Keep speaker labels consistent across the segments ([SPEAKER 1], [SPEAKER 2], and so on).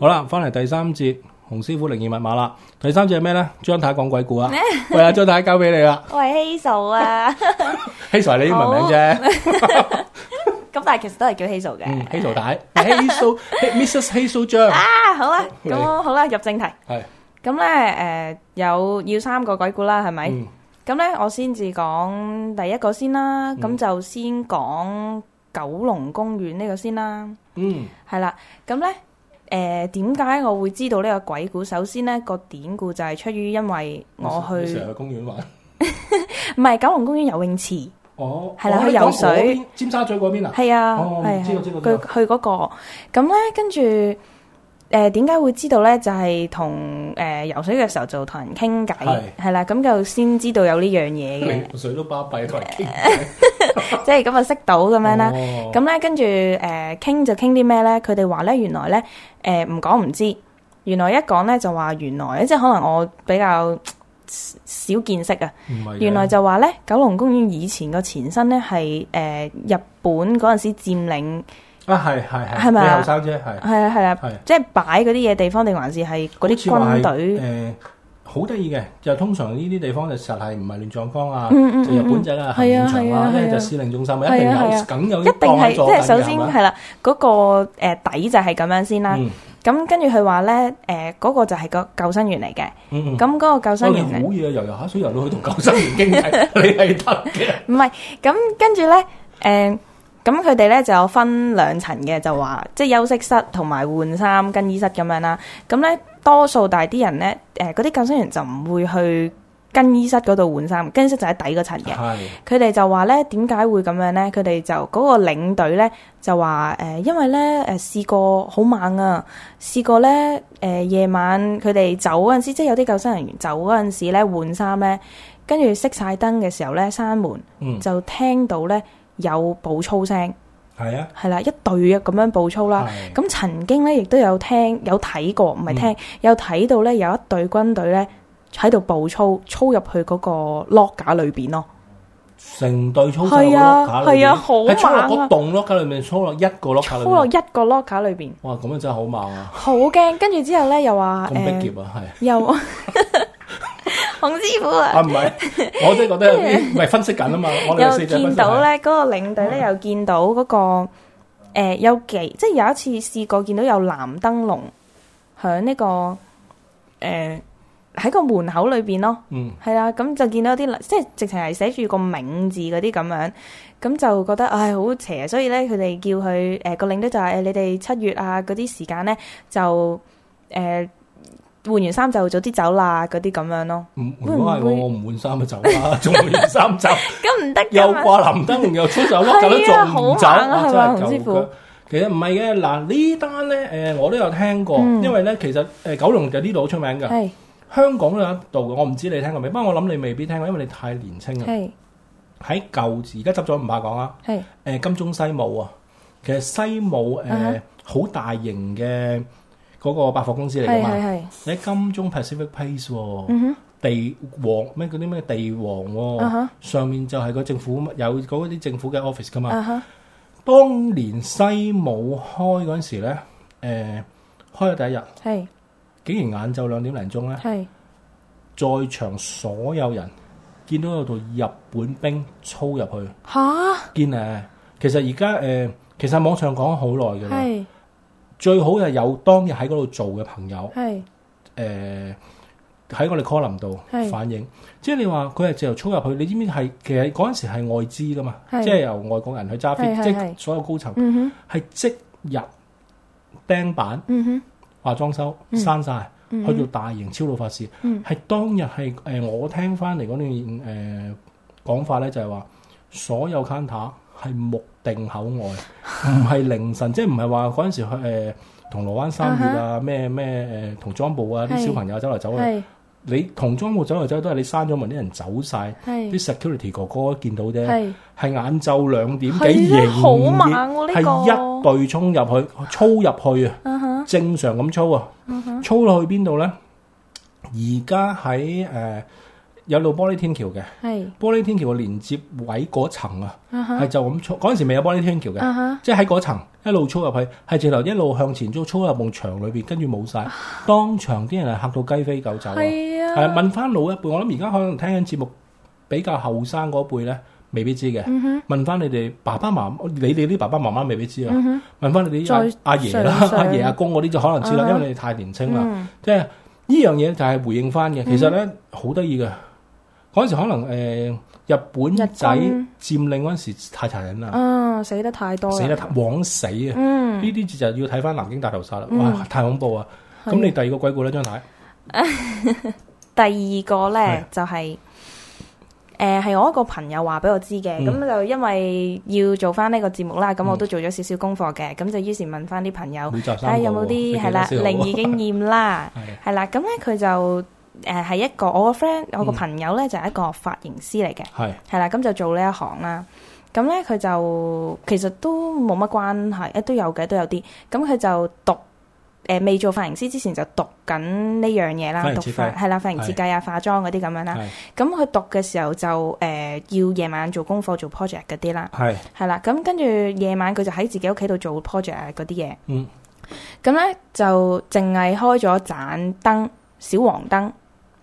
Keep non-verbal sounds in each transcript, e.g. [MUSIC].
[SPEAKER 1] 好啦，翻嚟第三節，洪師傅靈異密碼啦。第三節係咩咧？張太講鬼故啊！喂，阿張太交俾你啦。
[SPEAKER 2] 我係 Hazel
[SPEAKER 1] [LAUGHS]
[SPEAKER 2] 啊，
[SPEAKER 1] 希 Sir 係你英文名啫，
[SPEAKER 2] 咁但係其實都係叫 Hazel
[SPEAKER 1] 嗯，
[SPEAKER 2] 嘅。
[SPEAKER 1] 希 Sir 大，Hazel Mrs Hazel 張
[SPEAKER 2] 啊，好啊，
[SPEAKER 1] 嚟
[SPEAKER 2] 咁我好啦，入正題。
[SPEAKER 1] 係，
[SPEAKER 2] 咁咧誒有要三個鬼故啦，係咪？
[SPEAKER 1] 嗯
[SPEAKER 2] 咁咧我先至講第一個先啦，
[SPEAKER 1] 嗯
[SPEAKER 2] 咁就先講九龍公園呢個先啦。
[SPEAKER 1] 嗯
[SPEAKER 2] 係啦，咁咧誒點解我會知道呢個鬼故？首先咧個典故就係出於因為我去
[SPEAKER 1] 成日去公園玩。
[SPEAKER 2] 唔係九龍公園游泳池，
[SPEAKER 1] 哦，
[SPEAKER 2] 係啦
[SPEAKER 1] 哦
[SPEAKER 2] 去
[SPEAKER 1] 你講
[SPEAKER 2] 游水
[SPEAKER 1] 嗰邊尖沙咀嗰邊啊？
[SPEAKER 2] 係啊，
[SPEAKER 1] 哦
[SPEAKER 2] 係
[SPEAKER 1] 知道
[SPEAKER 2] 係
[SPEAKER 1] 知道知道
[SPEAKER 2] 佢去嗰個咁咧，跟住。誒點解會知道咧？就係同誒游水嘅時候就同人傾偈
[SPEAKER 1] 係，
[SPEAKER 2] 係啦，咁就先知道有呢樣嘢嘅。
[SPEAKER 1] 游水都巴閉，啊同人傾
[SPEAKER 2] 即係咁啊識到咁樣啦。
[SPEAKER 1] 咁
[SPEAKER 2] 咁咧跟住誒傾就傾啲咩咧？佢哋話咧原來咧誒唔講唔知，原來一講咧就話原來即係可能我比較少見識啊。
[SPEAKER 1] 唔哦係嘅
[SPEAKER 2] 原來就話咧九龍公園以前個前身咧係誒日本嗰陣時佔領
[SPEAKER 1] 啊，係係係，
[SPEAKER 2] 係咪啊
[SPEAKER 1] 你後生啫，係
[SPEAKER 2] 係啊係啊，
[SPEAKER 1] 係。
[SPEAKER 2] 即係擺嗰啲嘢地方定還是係嗰啲軍隊
[SPEAKER 1] 誒好得意嘅，就通常呢啲地方就實係唔係亂葬崗啊，
[SPEAKER 2] 嗯嗯
[SPEAKER 1] 就日本仔啦、行
[SPEAKER 2] 係啊
[SPEAKER 1] 現場啊，
[SPEAKER 2] 係啊
[SPEAKER 1] 跟住
[SPEAKER 2] 係啊
[SPEAKER 1] 就司令中心啊，
[SPEAKER 2] 係啊
[SPEAKER 1] 一定
[SPEAKER 2] 係
[SPEAKER 1] 有
[SPEAKER 2] 啊
[SPEAKER 1] 梗有
[SPEAKER 2] 一定係
[SPEAKER 1] 係
[SPEAKER 2] 即係首先係啦，嗰個誒底就係咁樣先啦。
[SPEAKER 1] 嗯
[SPEAKER 2] 咁跟住佢話咧誒嗰個就係個救生員嚟嘅。
[SPEAKER 1] 嗯嗯。
[SPEAKER 2] 咁嗰個救
[SPEAKER 1] 我
[SPEAKER 2] 生
[SPEAKER 1] 哋
[SPEAKER 2] 員
[SPEAKER 1] 好
[SPEAKER 2] 咧。
[SPEAKER 1] 嘢，游游下水游到去同救生員傾偈，你係得
[SPEAKER 2] [LAUGHS]
[SPEAKER 1] 嘅。
[SPEAKER 2] 唔係，咁跟住咧，誒，咁佢哋咧就有分兩層嘅，就話即係休息室同埋換衫更衣室咁樣啦。咁咧多數但係啲人咧，誒嗰啲救生員就唔會去更衣室嗰度換衫，更衣室就喺底嗰層嘅。
[SPEAKER 1] 係
[SPEAKER 2] 佢哋就話咧，點解會咁樣咧？佢哋就嗰、個領隊咧就話誒、呃因為咧誒試過好猛啊，試過咧誒、呃夜晚佢哋走嗰陣時，即係有啲救生人員走嗰陣時咧換衫咧，跟住熄晒燈嘅時候咧閂門，
[SPEAKER 1] 嗯
[SPEAKER 2] 就聽到咧有暴操聲，
[SPEAKER 1] 係啊，
[SPEAKER 2] 係啦，一隊啊咁樣暴操啦。
[SPEAKER 1] 係
[SPEAKER 2] 咁曾經咧亦都有聽有睇過，唔係聽、有睇到咧有一隊軍隊咧喺度暴操，操入去嗰個 lock 架裏邊咯。
[SPEAKER 1] 成隊操
[SPEAKER 2] 係啊係啊好
[SPEAKER 1] 係操落
[SPEAKER 2] 猛
[SPEAKER 1] 嗰
[SPEAKER 2] 啊
[SPEAKER 1] 棟 lock 架裏面，操落一個 lock 架裏
[SPEAKER 2] 操落一
[SPEAKER 1] 面，
[SPEAKER 2] 個 locker 裏邊，
[SPEAKER 1] 哇！咁樣真係好猛啊，
[SPEAKER 2] 好驚。跟住之後咧又話
[SPEAKER 1] 咁
[SPEAKER 2] 誒、
[SPEAKER 1] 逼劫啊，係。
[SPEAKER 2] 又 [LAUGHS] 洪師傅
[SPEAKER 1] 啊，
[SPEAKER 2] 啊，
[SPEAKER 1] 唔係，我真係覺
[SPEAKER 2] [LAUGHS]
[SPEAKER 1] 得有啲唔係分析緊啊嘛，我哋有
[SPEAKER 2] 又
[SPEAKER 1] 四隻分嗯
[SPEAKER 2] 見
[SPEAKER 1] 析緊
[SPEAKER 2] 到咧嗰個領隊咧又見到嗰、個、誒有幾，即係有一次試過見到有藍燈籠響呢個誒喺、個門口裏邊咯。
[SPEAKER 1] 嗯，
[SPEAKER 2] 係啦，咁就見到啲即係直情係寫住個名字嗰啲咁樣，咁就覺得唉好邪，所以咧佢哋叫佢誒個領隊就係、誒你哋七月啊嗰啲時間咧就誒、呃、換完衫就早啲走啦嗰啲咁樣咯，
[SPEAKER 1] 唔如果係我，
[SPEAKER 2] 會唔會
[SPEAKER 1] 我唔換衫就走啦， [LAUGHS] 仲換衫
[SPEAKER 2] [LAUGHS]
[SPEAKER 1] 走，
[SPEAKER 2] 咁唔得
[SPEAKER 1] 又
[SPEAKER 2] 㗎嘛，
[SPEAKER 1] 掛藍燈籠又出
[SPEAKER 2] [LAUGHS]
[SPEAKER 1] 手碌，咁樣
[SPEAKER 2] 係
[SPEAKER 1] 仲唔
[SPEAKER 2] 啊
[SPEAKER 1] 走，
[SPEAKER 2] 好猛啊
[SPEAKER 1] 哇
[SPEAKER 2] 係
[SPEAKER 1] 真
[SPEAKER 2] 嘛
[SPEAKER 1] 係
[SPEAKER 2] 洪師
[SPEAKER 1] 夠
[SPEAKER 2] 傅
[SPEAKER 1] 腳。其實唔係嘅，嗱呢單咧，誒我都有聽過，
[SPEAKER 2] 嗯
[SPEAKER 1] 因為咧其實誒九龍就呢度好出名㗎，
[SPEAKER 2] 係
[SPEAKER 1] 香港都有一度嘅，我唔知你聽過未，不過我諗你未必聽過，因為你太年青啊。
[SPEAKER 2] 係
[SPEAKER 1] 喺舊時而家執咗唔怕講啊，
[SPEAKER 2] 係
[SPEAKER 1] 誒金鐘西武啊，其實西武
[SPEAKER 2] 啊
[SPEAKER 1] 誒好大型嘅嗰個百貨公司嚟㗎
[SPEAKER 2] 係
[SPEAKER 1] 嘛
[SPEAKER 2] 係。係，
[SPEAKER 1] 你喺金鐘 Pacific Place 喎、
[SPEAKER 2] 嗯
[SPEAKER 1] 地王咩嗰啲咩地王喎、
[SPEAKER 2] 啊哈
[SPEAKER 1] 上面就係個政府有嗰啲政府嘅 office 噶
[SPEAKER 2] 哼
[SPEAKER 1] 嘛。
[SPEAKER 2] 啊哈，
[SPEAKER 1] 當年西武開嗰陣時咧，誒、開咗第一日，
[SPEAKER 2] 係
[SPEAKER 1] 竟然晏晝兩點零鐘咧，
[SPEAKER 2] 係
[SPEAKER 1] 在場所有人見到有度日本兵操入去，
[SPEAKER 2] 吓
[SPEAKER 1] 見誒，其實而家誒，其實網上講咗好耐嘅啦，
[SPEAKER 2] 係
[SPEAKER 1] 最好係有當日喺嗰度做嘅朋友。
[SPEAKER 2] 係
[SPEAKER 1] 誒呃喺我哋 column 度
[SPEAKER 2] 係
[SPEAKER 1] 反映，即係你話佢係自由操入去，你知唔知係其實嗰陣時係外資噶嘛，
[SPEAKER 2] 係
[SPEAKER 1] 即係由外國人去揸 fit，
[SPEAKER 2] 係係
[SPEAKER 1] 即係
[SPEAKER 2] 係
[SPEAKER 1] 所有高層
[SPEAKER 2] 嗯哼
[SPEAKER 1] 係即日釘板
[SPEAKER 2] 嗯哼
[SPEAKER 1] 話裝修閂晒，去到大型超度法事，
[SPEAKER 2] 嗯
[SPEAKER 1] 係當日係誒我聽翻嚟嗰段誒講法咧，就係話所有 counter 係目定口外，
[SPEAKER 2] [LAUGHS]
[SPEAKER 1] 唔係凌晨，即係唔係話嗰陣時去誒銅鑼灣三月啊咩咩誒童裝部啊啲
[SPEAKER 2] 係
[SPEAKER 1] 小朋友走嚟走去。
[SPEAKER 2] 係
[SPEAKER 1] 你童裝冇走嚟走去都係你閂咗門，啲人走晒，
[SPEAKER 2] 係
[SPEAKER 1] 啲 security 哥哥見到啫，
[SPEAKER 2] 嗯係
[SPEAKER 1] 係晏晝兩點幾
[SPEAKER 2] 係
[SPEAKER 1] 仍
[SPEAKER 2] 啊好猛
[SPEAKER 1] 然
[SPEAKER 2] 喎呢
[SPEAKER 1] 係一
[SPEAKER 2] 個
[SPEAKER 1] 隊衝入去，操入去啊，
[SPEAKER 2] 啊哈
[SPEAKER 1] 正常
[SPEAKER 2] 嗯
[SPEAKER 1] 咁操啊，操落去邊度咧？而家喺誒有路玻璃天橋嘅，
[SPEAKER 2] 係
[SPEAKER 1] 玻璃天橋嘅連接位嗰層啊，
[SPEAKER 2] 啊
[SPEAKER 1] 係、
[SPEAKER 2] 哈
[SPEAKER 1] 就咁粗。嗰陣時未有玻璃天橋嘅，
[SPEAKER 2] 啊哈，
[SPEAKER 1] 即係喺嗰層一路操入去，係直頭一路向前操，操入埲牆裏邊，跟住冇晒。
[SPEAKER 2] 啊
[SPEAKER 1] 當場啲人係嚇到雞飛狗走啊！
[SPEAKER 2] 係
[SPEAKER 1] 係
[SPEAKER 2] 啊，
[SPEAKER 1] 問翻老一輩，我諗而家可能聽緊節目比較後生嗰輩咧，未必知嘅。
[SPEAKER 2] 嗯
[SPEAKER 1] 問翻你哋爸爸媽媽，你哋啲爸爸媽媽未必知啊。問翻你
[SPEAKER 2] 嗯再
[SPEAKER 1] 啲阿阿爺啦、
[SPEAKER 2] 上上
[SPEAKER 1] 阿爺阿公嗰啲就可能知啦，
[SPEAKER 2] 啊
[SPEAKER 1] 因為你哋太年青啦。
[SPEAKER 2] 嗯
[SPEAKER 1] 即係呢樣嘢就係回應翻嘅。其實咧好得意嘅，嗰陣時可能誒、呃日
[SPEAKER 2] 日
[SPEAKER 1] 本仔佔
[SPEAKER 2] 軍
[SPEAKER 1] 領嗰陣時太殘忍啦，
[SPEAKER 2] 啊，死得太多啦，
[SPEAKER 1] 死得太枉死啊！
[SPEAKER 2] 嗯。
[SPEAKER 1] 呢啲就要睇翻南京大屠殺啦，
[SPEAKER 2] 嗯
[SPEAKER 1] 哇！太恐怖啊！咁
[SPEAKER 2] 係
[SPEAKER 1] 你第二個鬼故咧，張太
[SPEAKER 2] 第二個
[SPEAKER 1] 係
[SPEAKER 2] 咧就係誒係我一個朋友話俾我知嘅，
[SPEAKER 1] 嗯
[SPEAKER 2] 咁、就因為要做翻呢個節目啦，咁我
[SPEAKER 1] 嗯
[SPEAKER 2] 都做咗少少功課嘅，咁就於是問翻啲朋友，
[SPEAKER 1] 每集三個
[SPEAKER 2] 睇下有冇啲係
[SPEAKER 1] 啊
[SPEAKER 2] 啦靈異經驗啦，
[SPEAKER 1] [LAUGHS] 係
[SPEAKER 2] 係啦，咁咧佢就誒係一個我個 friend，我個
[SPEAKER 1] 嗯
[SPEAKER 2] 朋友咧就係一個髮型師嚟嘅，
[SPEAKER 1] 係
[SPEAKER 2] 係啦，咁就做呢一行啦。咁咧佢就其實都冇乜關係，誒都有嘅，都有啲。咁佢就讀誒、呃未做髮型師之前就讀緊呢樣嘢啦
[SPEAKER 1] 髮，型
[SPEAKER 2] 讀
[SPEAKER 1] 設計
[SPEAKER 2] 髮係啦，髮型設計啊、化妝嗰啲咁樣啦。
[SPEAKER 1] 係
[SPEAKER 2] 咁佢讀嘅時候就誒、呃要夜晚做功課、做 project 嗰啲啦，
[SPEAKER 1] 係
[SPEAKER 2] 係啦。咁跟住夜晚佢就喺自己屋企度做 project 啊嗰啲嘢。
[SPEAKER 1] 嗯
[SPEAKER 2] 咁咧就淨係開咗盞燈，小黃燈。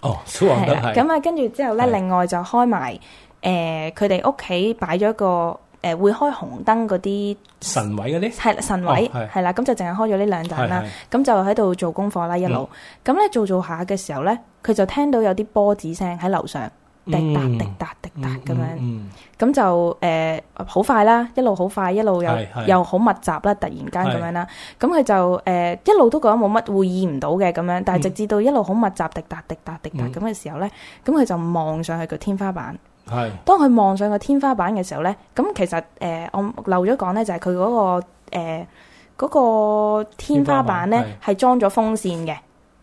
[SPEAKER 1] 哦，小黃
[SPEAKER 2] 係
[SPEAKER 1] 燈
[SPEAKER 2] 啦，
[SPEAKER 1] 係
[SPEAKER 2] 咁啊，跟住之後咧，
[SPEAKER 1] 係
[SPEAKER 2] 另外就開埋誒佢哋屋企擺咗一個誒、呃、會開紅燈嗰啲
[SPEAKER 1] 神位嗰啲
[SPEAKER 2] 係啦神位
[SPEAKER 1] 哦係
[SPEAKER 2] 係啦，咁、就淨係開咗呢兩盞
[SPEAKER 1] 係
[SPEAKER 2] 啦
[SPEAKER 1] 係。嗯
[SPEAKER 2] 咁就喺度做功課啦，一路咁咧、做做下嘅時候咧，佢就聽到有啲波子聲喺樓上滴答
[SPEAKER 1] 嗯
[SPEAKER 2] 滴答滴答
[SPEAKER 1] 嗯
[SPEAKER 2] 咁樣，
[SPEAKER 1] 嗯
[SPEAKER 2] 咁就誒好、快啦，一路好快，一路又
[SPEAKER 1] 嗯係係
[SPEAKER 2] 又好密集啦，突然間咁樣啦，咁佢就誒、呃一路都覺得冇乜會意唔到嘅咁樣，
[SPEAKER 1] 嗯
[SPEAKER 2] 但係直至到一路好密集滴答滴答滴答
[SPEAKER 1] 嗯
[SPEAKER 2] 咁嘅時候咧，咁佢就望上去個天花板。
[SPEAKER 1] 嗯係
[SPEAKER 2] 當佢望上個天花板嘅時候咧，咁其實誒、呃我漏咗講咧，就係佢嗰個誒嗰、個天花板咧
[SPEAKER 1] 天花
[SPEAKER 2] 係裝咗風扇嘅，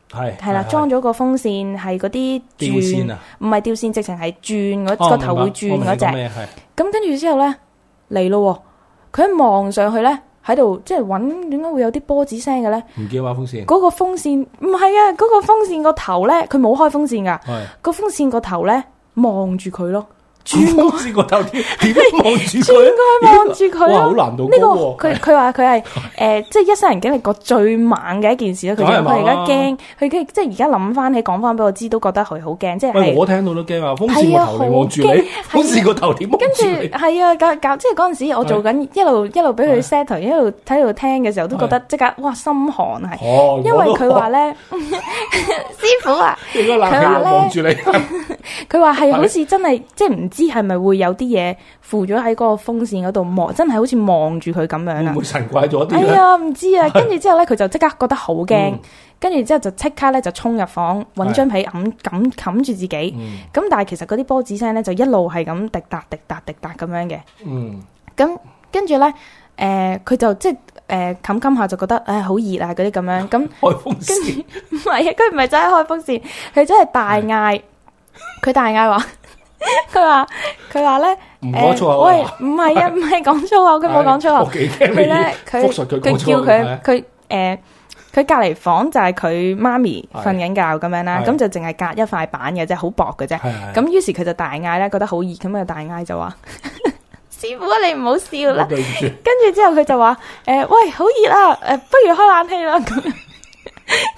[SPEAKER 1] 係
[SPEAKER 2] 係啦，裝咗個風扇係嗰啲
[SPEAKER 1] 吊線
[SPEAKER 2] 轉，
[SPEAKER 1] 啊，
[SPEAKER 2] 唔係吊線，直情係轉嗰
[SPEAKER 1] 哦
[SPEAKER 2] 個頭會轉嗰隻。咁跟住之後咧嚟咯喎，佢一望上去咧喺度即係揾點解會有啲波子聲嘅咧？
[SPEAKER 1] 唔叫話風扇
[SPEAKER 2] 嗰、個風扇唔係啊，嗰、個風扇個頭咧，佢冇開風扇噶，
[SPEAKER 1] 係
[SPEAKER 2] 個風扇個頭咧望住佢咯，
[SPEAKER 1] [LAUGHS]
[SPEAKER 2] 轉過
[SPEAKER 1] 風扇個
[SPEAKER 2] [LAUGHS]
[SPEAKER 1] 頭點點望住佢
[SPEAKER 2] 轉
[SPEAKER 1] 啊？
[SPEAKER 2] 過去望住佢
[SPEAKER 1] 哇，好
[SPEAKER 2] 咯。
[SPEAKER 1] 難度
[SPEAKER 2] 呢個
[SPEAKER 1] 高喎！
[SPEAKER 2] 佢佢話
[SPEAKER 1] [LAUGHS]
[SPEAKER 2] 佢係誒，即係一生人經歷過最猛嘅一件事咯。佢
[SPEAKER 1] 梗係
[SPEAKER 2] 就佢而
[SPEAKER 1] 猛
[SPEAKER 2] 家
[SPEAKER 1] 啦
[SPEAKER 2] 驚，佢嘅即係而家諗翻起講翻俾我知，都覺得佢好驚，即
[SPEAKER 1] 喂，
[SPEAKER 2] 係
[SPEAKER 1] 我聽到都驚啊！風扇個頭嚟望住你， [LAUGHS] 風扇個頭點望
[SPEAKER 2] 跟
[SPEAKER 1] 住
[SPEAKER 2] 住
[SPEAKER 1] 你？
[SPEAKER 2] 係啊，搞搞即係嗰陣時，我做緊一路一路俾佢 set 頭，一路喺度聽嘅時候，都覺得即刻哇心寒係，
[SPEAKER 1] 哦，
[SPEAKER 2] 因為
[SPEAKER 1] [LAUGHS]
[SPEAKER 2] 佢話咧，師傅啊，
[SPEAKER 1] 你個冷氣又望住你，
[SPEAKER 2] 佢話係
[SPEAKER 1] 係
[SPEAKER 2] 好似真係即係唔知係咪會有啲嘢附咗喺嗰個風扇嗰度望，真係好似望住佢咁樣
[SPEAKER 1] 會唔
[SPEAKER 2] 啊！
[SPEAKER 1] 會神怪咗啲
[SPEAKER 2] 哎
[SPEAKER 1] 咧？
[SPEAKER 2] 呀，唔知啊，跟住之後咧，佢就即刻覺得好驚
[SPEAKER 1] 嗯，
[SPEAKER 2] 跟住之後就即刻咧就衝入房揾張被冚冚冚住自己，咁
[SPEAKER 1] 嗯
[SPEAKER 2] 但係其實嗰啲波子聲咧就一路係咁滴答滴答滴答咁樣嘅。
[SPEAKER 1] 嗯，
[SPEAKER 2] 咁跟住咧，誒、佢就即係誒冚冚下就覺得誒好熱啊嗰啲咁
[SPEAKER 1] [LAUGHS]
[SPEAKER 2] 樣，咁
[SPEAKER 1] 開風扇
[SPEAKER 2] 唔係啊，佢唔係真係開風扇，佢真係大
[SPEAKER 1] 嗯
[SPEAKER 2] 嗌，佢大嗌話， [LAUGHS] 佢話佢話咧，
[SPEAKER 1] 唔
[SPEAKER 2] 誒
[SPEAKER 1] 講粗口
[SPEAKER 2] 喂
[SPEAKER 1] 啊！，
[SPEAKER 2] 唔係
[SPEAKER 1] [LAUGHS]
[SPEAKER 2] 啊，唔係講粗口，佢冇講粗
[SPEAKER 1] 係
[SPEAKER 2] 口
[SPEAKER 1] 我，幾驚
[SPEAKER 2] 佢
[SPEAKER 1] 你
[SPEAKER 2] 咧佢
[SPEAKER 1] 複述佢講
[SPEAKER 2] 佢
[SPEAKER 1] 粗
[SPEAKER 2] 叫
[SPEAKER 1] 口係啊
[SPEAKER 2] 佢佢誒。佢隔離房就係佢媽咪
[SPEAKER 1] 係
[SPEAKER 2] 瞓緊覺咁樣啦，
[SPEAKER 1] 係
[SPEAKER 2] 咁就淨係隔一塊板嘅啫，好薄嘅啫。
[SPEAKER 1] 係啊係
[SPEAKER 2] 咁於是佢就大嗌咧，覺得好熱，咁就大嗌就
[SPEAKER 1] [LAUGHS]
[SPEAKER 2] 話：師傅你唔好笑啦！
[SPEAKER 1] 對唔住，
[SPEAKER 2] 跟住之後佢就話：誒、喂，好熱啊！誒、不如開冷氣啦咁 [LAUGHS] 樣。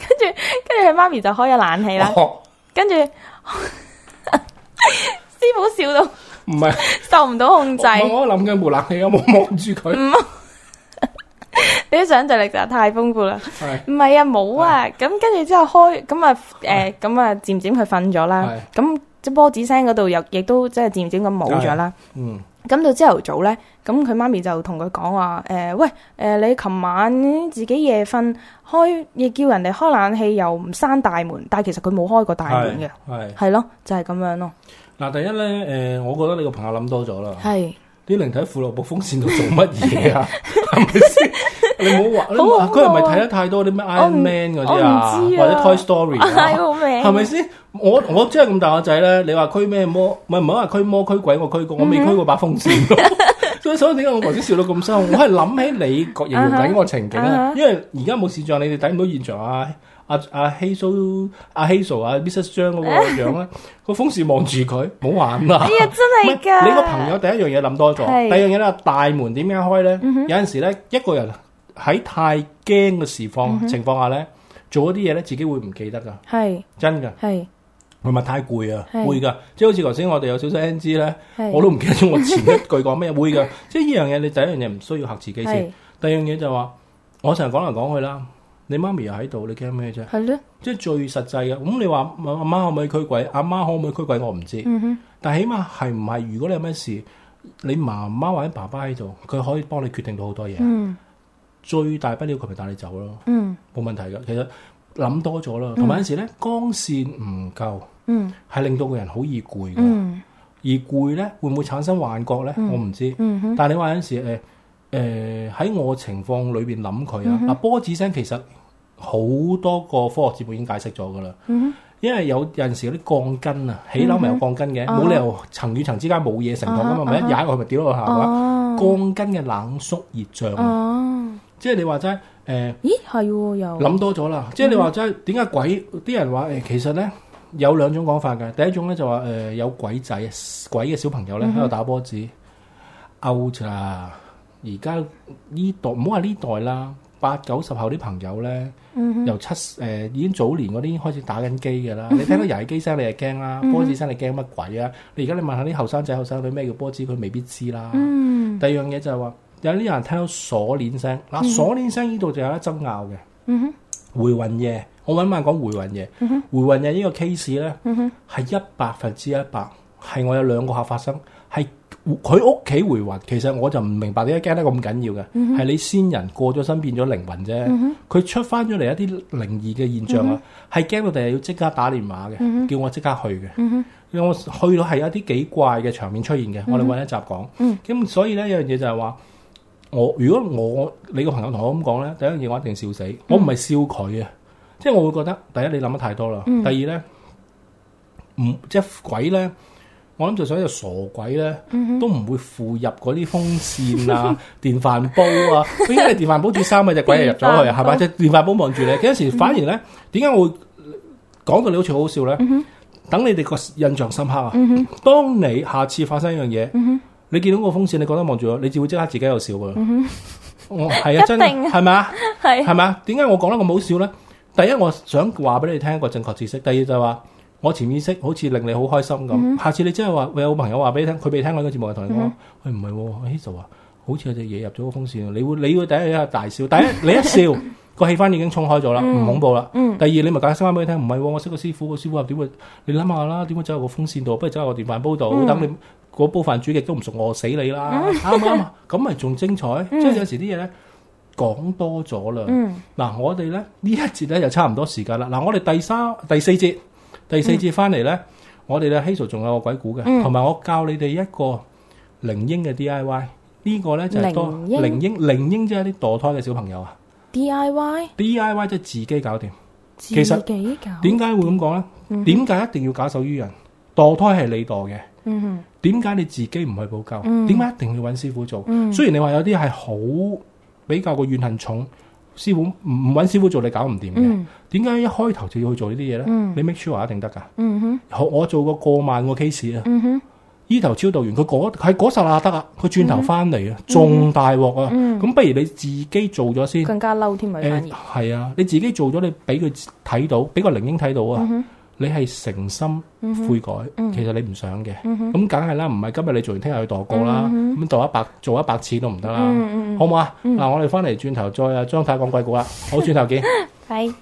[SPEAKER 2] 跟住跟住佢媽咪就開咗冷氣啦。
[SPEAKER 1] 哦
[SPEAKER 2] 跟住師傅笑到
[SPEAKER 1] 唔係
[SPEAKER 2] 受唔到控制，
[SPEAKER 1] 我我諗緊部冷氣有冇
[SPEAKER 2] [LAUGHS]
[SPEAKER 1] 望住
[SPEAKER 2] 嗯
[SPEAKER 1] 佢？
[SPEAKER 2] 你啲想像力實在太豐富啦。
[SPEAKER 1] 係
[SPEAKER 2] 唔係啊，冇啊。咁跟住之後開咁啊誒咁啊，漸漸佢瞓咗啦。咁即波子聲嗰度又亦都即係漸漸咁冇咗啦。
[SPEAKER 1] 嗯
[SPEAKER 2] 咁到朝頭早咧，咁佢媽咪就同佢講話：誒、喂，誒、你琴晚自己夜瞓開，亦叫人哋開冷氣又唔閂大門，但係其實佢冇開過大門嘅，
[SPEAKER 1] 係
[SPEAKER 2] 係咯，就係、咁樣咯，
[SPEAKER 1] 嗱，第一咧誒，我覺得你個朋友諗多咗啦。
[SPEAKER 2] 係
[SPEAKER 1] 啲靈體附落部風扇度做乜嘢
[SPEAKER 2] [LAUGHS]
[SPEAKER 1] 啊？係咪先？你唔好話，你唔好話
[SPEAKER 2] 好恐怖
[SPEAKER 1] 佢
[SPEAKER 2] 啊
[SPEAKER 1] 係咪睇得太多啲咩
[SPEAKER 2] 我
[SPEAKER 1] Iron
[SPEAKER 2] 唔
[SPEAKER 1] Man 嗰啲啊，
[SPEAKER 2] 我唔知啊
[SPEAKER 1] 或者 Toy Story
[SPEAKER 2] 係
[SPEAKER 1] 啊？
[SPEAKER 2] 哎好明，
[SPEAKER 1] 係咪先？我我真係咁大個仔咧，你話驅咩魔？唔係唔好話驅魔驅鬼，我驅過，我未驅過把風扇咯。 [LAUGHS] 所以所以點解我頭先笑到咁傷？我係諗起你個形容緊個情景
[SPEAKER 2] 啊哈啊
[SPEAKER 1] 啊
[SPEAKER 2] 哈，
[SPEAKER 1] 因為而家冇視像，你哋睇唔到現場啊。阿阿希蘇阿希蘇阿 Mrs 張嗰個樣咧，個風扇望住佢，冇玩啦
[SPEAKER 2] [LAUGHS] 哎。呀，真
[SPEAKER 1] 唔
[SPEAKER 2] 係㗎！
[SPEAKER 1] 你個朋友第一樣嘢諗多咗，
[SPEAKER 2] 係
[SPEAKER 1] 第二樣嘢咧大門點樣開咧？有陣時咧一個人喺太驚嘅時況、情況下咧，做一啲嘢咧自己會唔記得噶，
[SPEAKER 2] 係
[SPEAKER 1] 真噶，
[SPEAKER 2] 係
[SPEAKER 1] 同埋太攰啊，
[SPEAKER 2] 係
[SPEAKER 1] 會噶。即係好似頭先我哋有少少 NG 咧，
[SPEAKER 2] 係，
[SPEAKER 1] 我都唔記得咗我前一句講咩，會
[SPEAKER 2] [LAUGHS]
[SPEAKER 1] 噶。即係呢樣嘢你第一樣嘢唔需要嚇自己先，
[SPEAKER 2] 係
[SPEAKER 1] 第二樣嘢就話我成日講嚟講去啦，你媽咪又喺度，你驚咩啫？
[SPEAKER 2] 係咯，
[SPEAKER 1] 即係最實際嘅。咁你話阿阿媽可唔可以驅鬼？阿媽可唔可以驅鬼？我唔知。
[SPEAKER 2] 嗯哼，
[SPEAKER 1] 但起碼係唔係？如果你有咩事，你媽媽或者爸爸喺度，佢可以幫你決定到好多嘢。
[SPEAKER 2] 嗯
[SPEAKER 1] 最大不了佢咪帶你走咯，
[SPEAKER 2] 嗯
[SPEAKER 1] 冇問題嘅。其實諗多咗啦，同埋有陣時咧光線唔夠，
[SPEAKER 2] 嗯
[SPEAKER 1] 係令到個人好易攰嘅。
[SPEAKER 2] 嗯
[SPEAKER 1] 而攰咧會唔會產生幻覺咧？我唔知。
[SPEAKER 2] 嗯哼，
[SPEAKER 1] 但係你話有陣時誒誒喺我情況裏邊諗佢
[SPEAKER 2] 嗯
[SPEAKER 1] 啊，嗱、波子聲其實好多個科學節目已經解釋咗㗎啦。
[SPEAKER 2] 嗯
[SPEAKER 1] 因為有有陣時嗰啲鋼筋啊，起樓咪有鋼筋嘅，
[SPEAKER 2] 啊
[SPEAKER 1] 冇理由層與層之間冇嘢承托噶嘛，
[SPEAKER 2] 啊
[SPEAKER 1] 咪一踩落去咪掉落去下嘅。
[SPEAKER 2] 哦
[SPEAKER 1] 鋼筋嘅冷縮熱脹啊，
[SPEAKER 2] 哦，
[SPEAKER 1] 即係你話齋誒
[SPEAKER 2] 咦係喎又
[SPEAKER 1] 諗多咗
[SPEAKER 2] 嗯
[SPEAKER 1] 啦。即係你話齋點解鬼啲人話誒其實咧有兩種講法嘅，第一種咧就話誒有鬼仔鬼嘅小朋友咧
[SPEAKER 2] 嗯
[SPEAKER 1] 喺度打波子 out 啦。而家呢代唔好話呢代啦，八九十後啲朋友咧。
[SPEAKER 2] 嗯哼
[SPEAKER 1] 由七誒、已經早年嗰啲開始打緊機嘅
[SPEAKER 2] [LAUGHS]
[SPEAKER 1] 啦，你聽到遊戲機聲你就驚啦，
[SPEAKER 2] 嗯
[SPEAKER 1] 波子聲你驚乜鬼啊？你而家你問下啲後生仔後生女咩叫波子，佢未必知啦。
[SPEAKER 2] 嗯
[SPEAKER 1] 第二樣嘢就係話有啲人聽到鎖鏈聲，嗱、鎖鏈聲呢度就有得爭拗嘅。
[SPEAKER 2] 嗯哼
[SPEAKER 1] 回魂夜，我揾晚講回魂夜，回魂夜呢個 case 咧係一百分之一百，係我有兩個客發生，係佢屋企回魂，其實我就唔明白點解驚得咁緊要嘅，係你先人過咗身變咗靈魂啫，佢出翻咗嚟一啲靈異嘅現象啊，係驚到第日要即刻打電話嘅，叫我即刻去嘅，因為我去到係有啲幾怪嘅場面出現嘅，我哋揾一集講，咁所以呢，有樣嘢就係話。我如果我你個朋友同我咁講咧，第一樣嘢我一定笑死，我唔係笑佢啊，即係我會覺得第一你諗得太多啦，第二咧唔即係鬼咧，我諗就算一隻傻鬼咧，都唔會附入嗰啲風扇啊、電飯煲啊，因為電飯煲煮衫嘅只鬼就入咗去啊，係咪？只電飯煲望住你，有時反而咧，點解我會講到你好似好好笑咧？等你哋個印象深刻啊！
[SPEAKER 2] 嗯
[SPEAKER 1] 當你下次發生一樣嘢。你見到個風扇，你覺得望住我，你就會即刻自己喺度笑噶啦。我係啊，真
[SPEAKER 2] 嗯一定哎
[SPEAKER 1] 嘅係咪啊？
[SPEAKER 2] 係
[SPEAKER 1] 係咪啊？點解我講得咁好笑咧？第一，我想話俾你聽一個正確知識；第二就係話我潛意識好似令你好開心咁。
[SPEAKER 2] 嗯
[SPEAKER 1] 下次你真係話，喂有個朋友話俾你聽，佢未聽過呢個節目嘅，同你講，喂唔係喎，Hazel 啊，好似有隻嘢入咗個風扇，啊你會你會第一下大笑，第一你一
[SPEAKER 2] [LAUGHS]
[SPEAKER 1] 笑。個氣氛已經衝開咗啦，
[SPEAKER 2] 嗯
[SPEAKER 1] 唔恐怖啦。
[SPEAKER 2] Ừ.
[SPEAKER 1] 第二，你咪解釋翻俾佢聽，唔係喎，我識個師傅，個師傅話點會？你諗下啦，點會走入個風扇度？不如走入個電飯煲度，等你嗰煲飯煮極都唔熟，餓死你啦，啱唔啱啊？咁咪仲精彩。即係有時啲嘢咧講多咗啦。
[SPEAKER 2] 嗯
[SPEAKER 1] 嗱，我哋咧呢一節咧就差唔多時間啦。嗱，我哋第三、第四節、第四節翻嚟咧，我哋嘅 Hazel 仲有個鬼故嘅，同埋、我教你哋一個靈嬰嘅 DIY。呢個咧就係多
[SPEAKER 2] 靈嬰
[SPEAKER 1] 靈嬰，靈嬰即係啲墮胎嘅小朋友啊
[SPEAKER 2] à. D I Y
[SPEAKER 1] ，DIY 即係自己搞掂。其
[SPEAKER 2] 自己
[SPEAKER 1] 實
[SPEAKER 2] 搞
[SPEAKER 1] 點解會咁講咧？點解一定要假手於人？墮胎係你墮嘅，
[SPEAKER 2] 嗯哼
[SPEAKER 1] 點解你自己唔去補救？
[SPEAKER 2] 嗯
[SPEAKER 1] 點解一定要揾師傅做？
[SPEAKER 2] 嗯
[SPEAKER 1] 雖然你話有啲係好比較個怨恨重，師傅唔唔揾師傅做你搞唔掂嘅。
[SPEAKER 2] 嗯
[SPEAKER 1] 點解一開頭就要去做呢啲嘢咧？
[SPEAKER 2] 嗯
[SPEAKER 1] 你 make sure 啊一定得㗎。
[SPEAKER 2] 嗯哼
[SPEAKER 1] 我我做過過萬個 case 啊，
[SPEAKER 2] 嗯哼
[SPEAKER 1] 呢頭超導完，佢嗰喺嗰剎那得啊，佢轉頭翻嚟啊，仲大鑊啊！
[SPEAKER 2] 嗯
[SPEAKER 1] 咁不如你自己做咗先。
[SPEAKER 2] 更加嬲添咪反
[SPEAKER 1] 誒
[SPEAKER 2] 而
[SPEAKER 1] 係啊，你自己做咗，你俾佢睇到，俾個靈嬰睇到啊！你係誠心悔改，其實你唔想嘅，咁梗係啦，唔係今日你做完，聽日去度過啦，咁度一百做一百次都唔
[SPEAKER 2] 嗯
[SPEAKER 1] 啊得啦，好唔好啊？嗱，我哋翻嚟轉頭再啊，張太講鬼故啦，好，轉頭見。
[SPEAKER 2] 係。